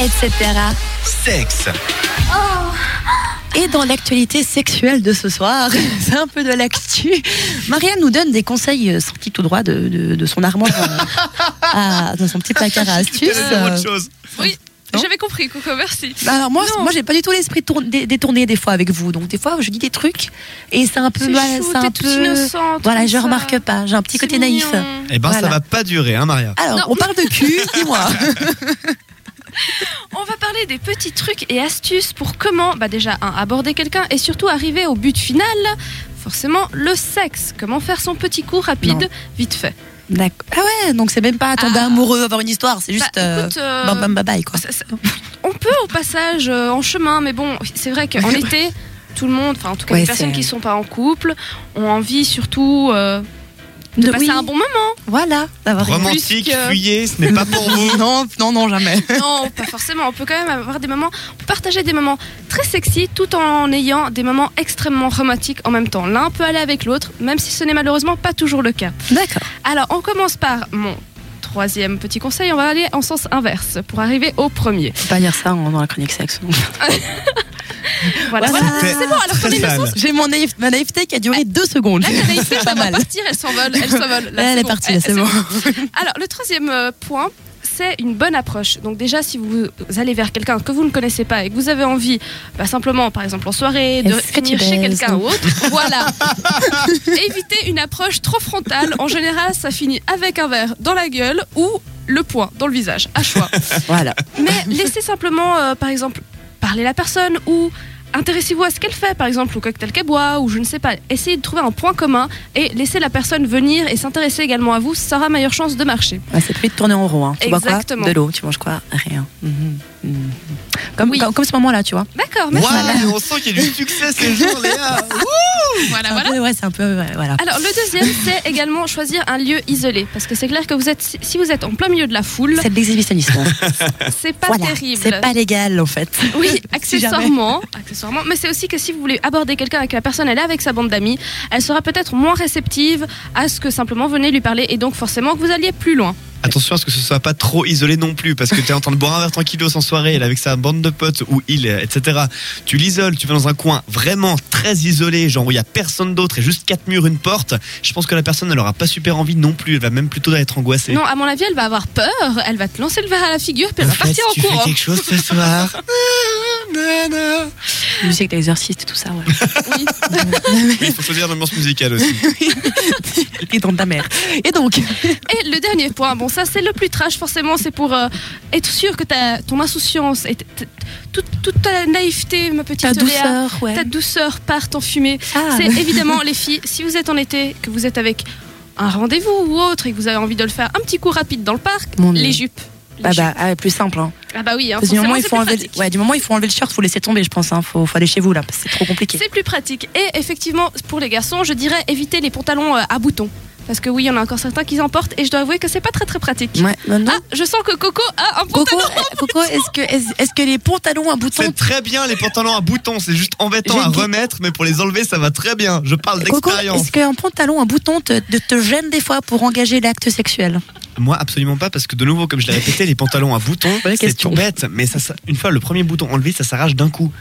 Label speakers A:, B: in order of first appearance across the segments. A: etc.
B: Sexe.
A: Et dans l'actualité sexuelle de ce soir, c'est un peu de l'actu. Marianne nous donne des conseils euh, sortis tout droit de, de- de son armoire euh, à- à- dans son petit placard à astuces.
B: Quel est le numéro de chose
C: Oui,
A: Non
C: j'avais compris, coucou, merci.
A: Bah Alors moi,
C: Non.
A: moi j'ai pas du tout l'esprit tourn- dé- détourné des fois avec vous. Donc des fois, je dis des trucs et c'est un peu,
C: C'est
A: mal-
C: chou,
A: c'est un
C: t'es toute
A: peu-
C: innocente.
A: voilà,
C: comme
A: je
C: ça.
A: remarque pas. J'ai un petit
C: C'est
A: côté naïf.
C: mignon.
B: Eh ben, ça
A: Voilà.
B: va pas durer, hein, Maria
A: Alors,
C: Non.
A: on parle de cul, dis-moi.
C: On va parler des petits trucs et astuces pour comment, bah déjà, un, aborder quelqu'un et surtout arriver au but final. Forcément, le sexe. Comment faire son petit coup rapide,
A: Non.
C: vite fait.
A: D'accord. Ah ouais, donc c'est même pas attendre
C: Ah.
A: amoureux, avoir une histoire, c'est juste
C: Bah,
A: euh,
C: écoute, euh,
A: bam bam bye bye quoi.
C: ça- ça- on peut au passage euh, en chemin, mais bon, c'est vrai qu'en été, tout le monde, enfin en tout cas
A: Ouais,
C: les personnes
A: c'est-
C: qui sont pas en couple, ont envie surtout euh, de
A: De-
C: passer
A: oui,
C: un bon moment.
A: Voilà, d'avoir une-
B: Romantique,
C: Plus que-
B: fuyez, ce n'est pas pour vous.
A: Non, non, non, jamais.
C: Non, pas forcément. On peut quand même avoir des moments, partager des moments très sexy tout en ayant des moments extrêmement romantiques en même temps. L'un peut aller avec l'autre, même si ce n'est malheureusement pas toujours le cas.
A: D'accord.
C: Alors, on commence par mon troisième petit conseil. On va aller en sens inverse pour arriver au premier.
A: Faut pas dire ça en- dans la chronique sexe.
C: Voilà.
A: Voilà.
C: voilà. C'est bon. Ah. Alors, ton
B: Très
C: innocence.
B: sale.
A: J'ai mon naïf- ma naïveté qui a duré deux secondes.
C: Là, ta naïveté,
A: Pas
C: elle va
A: mal.
C: partir, elle s'envole, elle s'envole. Là,
A: Elle est
C: bah, bon.
A: partie, là, c'est
C: Elle-
A: bon.
C: Alors, le troisième euh, point, c'est une bonne approche. Donc déjà, si vous allez vers quelqu'un que vous ne connaissez pas et que vous avez envie, bah, simplement, par exemple, en soirée, de
A: Est-ce que tu
C: finir chez
A: baises,
C: quelqu'un
A: non
C: ou autre, voilà. Évitez une approche trop frontale. En général, ça finit avec un verre dans la gueule ou le poing dans le visage, à choix.
A: Voilà.
C: Mais laissez simplement, euh, par exemple, parler la personne ou intéressez-vous à ce qu'elle fait, par exemple, au cocktail qu'elle boit ou je ne sais pas. Essayez de trouver un point commun et laissez la personne venir et s'intéresser également à vous. Ça aura meilleure chance de marcher.
A: Ouais, Bah, c'est plus de tourner en rond. hein. Tu bois
C: Exactement.
A: quoi De l'eau. Tu manges quoi Rien. Mhm. Mhm. Comme,
C: Oui.
A: comme, comme ce moment-là, tu vois.
B: Waouh,
C: D'accord, merci.
B: on sent qu'il y a du succès ces jours, Léa.
A: C'est
C: Voilà,
A: un
C: voilà.
A: peu- ouais, c'est un peu. ouais, voilà.
C: Alors le deuxième, c'est également choisir un lieu isolé, parce que c'est clair que vous êtes, si vous êtes en plein milieu de la foule,
A: C'est de l'exhibitionnisme.
C: c'est pas
A: Voilà.
C: terrible.
A: C'est pas légal, en fait.
C: Oui,
A: Si jamais.
C: accessoirement, accessoirement. Mais c'est aussi que si vous voulez aborder quelqu'un avec la personne, elle est avec sa bande d'amis, elle sera peut-être moins réceptive à ce que simplement venez lui parler et donc forcément que vous alliez plus loin.
B: Attention à ce que ce soit pas trop isolé non plus, parce que t'es en train de boire un verre tranquillos en soirée, elle avec sa bande de potes ou il, etc. Tu l'isoles, tu vas dans un coin vraiment très isolé, genre où il y a personne d'autre et juste quatre murs, une porte. Je pense que la personne, elle aura pas super envie non plus, elle va même plutôt être angoissée.
C: Non, à mon avis, elle va avoir peur, elle va te lancer le verre à la figure, puis elle
B: En
C: va
B: fait,
C: partir en
B: tu fais
C: courant.
B: quelque chose ce soir. Nanana.
A: Musique d'exorciste et tout ça, ouais.
C: Oui.
B: Oui, Il faut choisir l'ambiance musicale aussi.
A: et dans ta mère. Et donc,
C: Et le dernier point, bon ça c'est le plus trash forcément, c'est pour euh, être sûr que ta, ton insouciance et t- t- toute, toute ta naïveté, ma petite
A: ta
C: Léa,
A: douceur, ouais.
C: ta douceur part en fumée.
A: Ah,
C: C'est évidemment les filles, si vous êtes en été, que vous êtes avec un rendez-vous ou autre et que vous avez envie de le faire un petit coup rapide dans le parc,
A: Mon Dieu.
C: les jupes. Les
A: bah,
C: jupes.
A: bah, ah ouais, plus simple. Hein.
C: Ah bah oui, hein,
A: Parce que du moment
C: forcément,
A: il
C: c'est
A: faut
C: plus
A: enlever,
C: pratique.
A: ouais, du moment il faut enlever le shirt, faut laisser tomber, je pense. Hein. Faut, faut aller chez vous là, parce que c'est trop compliqué.
C: C'est plus pratique. Et effectivement, pour les garçons, je dirais éviter les pantalons euh, à boutons. Parce que oui, il y en a encore certains qui en portent et je dois avouer que c'est pas très très pratique.
A: Ouais, non, non.
C: Ah, je sens que Coco a un
A: Coco,
C: pantalon.
A: euh, Coco, est-ce que, est-ce est-ce que les pantalons à boutons,
B: C'est très bien les pantalons à boutons, c'est juste embêtant à
A: J'ai-
B: remettre, mais pour les enlever, ça va très bien. Je parle
A: Coco,
B: d'expérience.
A: est-ce qu'un pantalon à boutons te, te, te gêne des fois pour engager l'acte sexuel
B: Moi, absolument pas, parce que de nouveau, comme je l'ai répété, les pantalons à boutons,
A: Bonne
B: c'est
A: question.
B: tout bête, mais ça, ça- une fois le premier bouton enlevé, ça s'arrache d'un coup.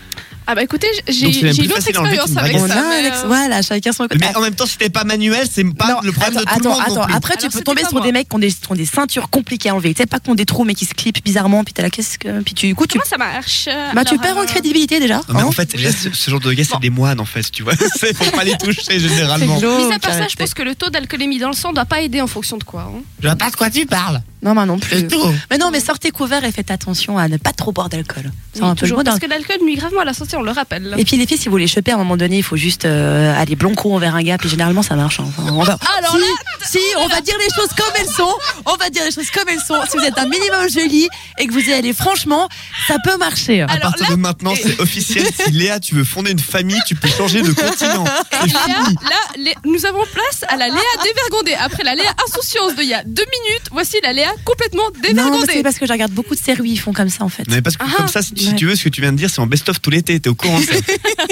C: Ah bah écoutez, j'ai
B: Donc, c'est même
C: j'ai
B: plus
C: une autre
B: facile d'enlever
C: expérience
B: qu'une
C: avec
B: baguette.
C: ça.
A: On a
C: mais,
A: Alex-
C: euh,
A: voilà, chacun son côté.
B: Ah, Mais en même temps, si t'es pas manuel, c'est pas
A: Non,
B: le problème
A: attends,
B: de tout
A: attends,
B: le monde. non
A: attends.
B: plus.
A: Après, tu
C: Alors,
A: peux
C: c'était
A: tomber
C: pas
A: sur
C: moi.
A: des mecs qui ont des, qui ont des ceintures compliquées à enlever. Tu sais, pas qui ont des trous, mais qui se clipent bizarrement. Puis t'es là, qu'est-ce que. Puis tu, du coup, tu,
C: Comment ça marche euh,
A: bah, tu
C: alors,
A: perds
C: euh,
A: en crédibilité déjà.
B: Non, mais
A: hein.
B: en fait, là, ce, ce genre de gars, c'est
C: Bon.
B: des moines, en fait, tu vois. C'est faut pas les toucher
A: C'est
B: généralement.
A: glauque,
C: Mis à part ça, je
A: arrêtez.
C: pense que le taux d'alcoolémie dans le sang doit pas aider en fonction de quoi. hein.
B: Je vois pas de quoi tu parles.
A: Non, mais non plus.
B: C'est tout.
A: Mais non, mais sortez couvert et faites attention à ne pas trop boire d'alcool. C'est un
C: Oui,
A: peu le
C: toujours,
A: mot d'un-
C: parce que l'alcool nuit gravement à la santé, on le rappelle.
A: Et puis les filles, si vous voulez choper à un moment donné, il faut juste euh, aller blonco envers un gars. Puis généralement, ça marche. hein. Enfin, on va-
C: Alors
A: si,
C: là,
A: si, on va dire les choses comme elles sont. On va dire les choses comme elles sont. Si vous êtes un minimum joli et que vous y allez franchement, ça peut marcher. hein.
B: À
C: Alors
B: partir de maintenant, c'est officiel. Si Léa, tu veux fonder une famille, tu peux changer de continent. C'est
C: Léa,
B: fini.
C: là, Lé- nous avons place à la Léa dévergondée. Après la Léa insouciance d'il y a deux minutes, voici la Léa complètement
A: Non, mais c'est
C: dévergondée.
A: parce que je regarde beaucoup de séries où ils font comme ça en fait.
B: Non, mais parce que
C: Ah,
B: comme ça, si tu, si
A: ouais.
B: tu veux, ce que tu viens de dire, c'est en best-of tout l'été. T'es au courant, ça.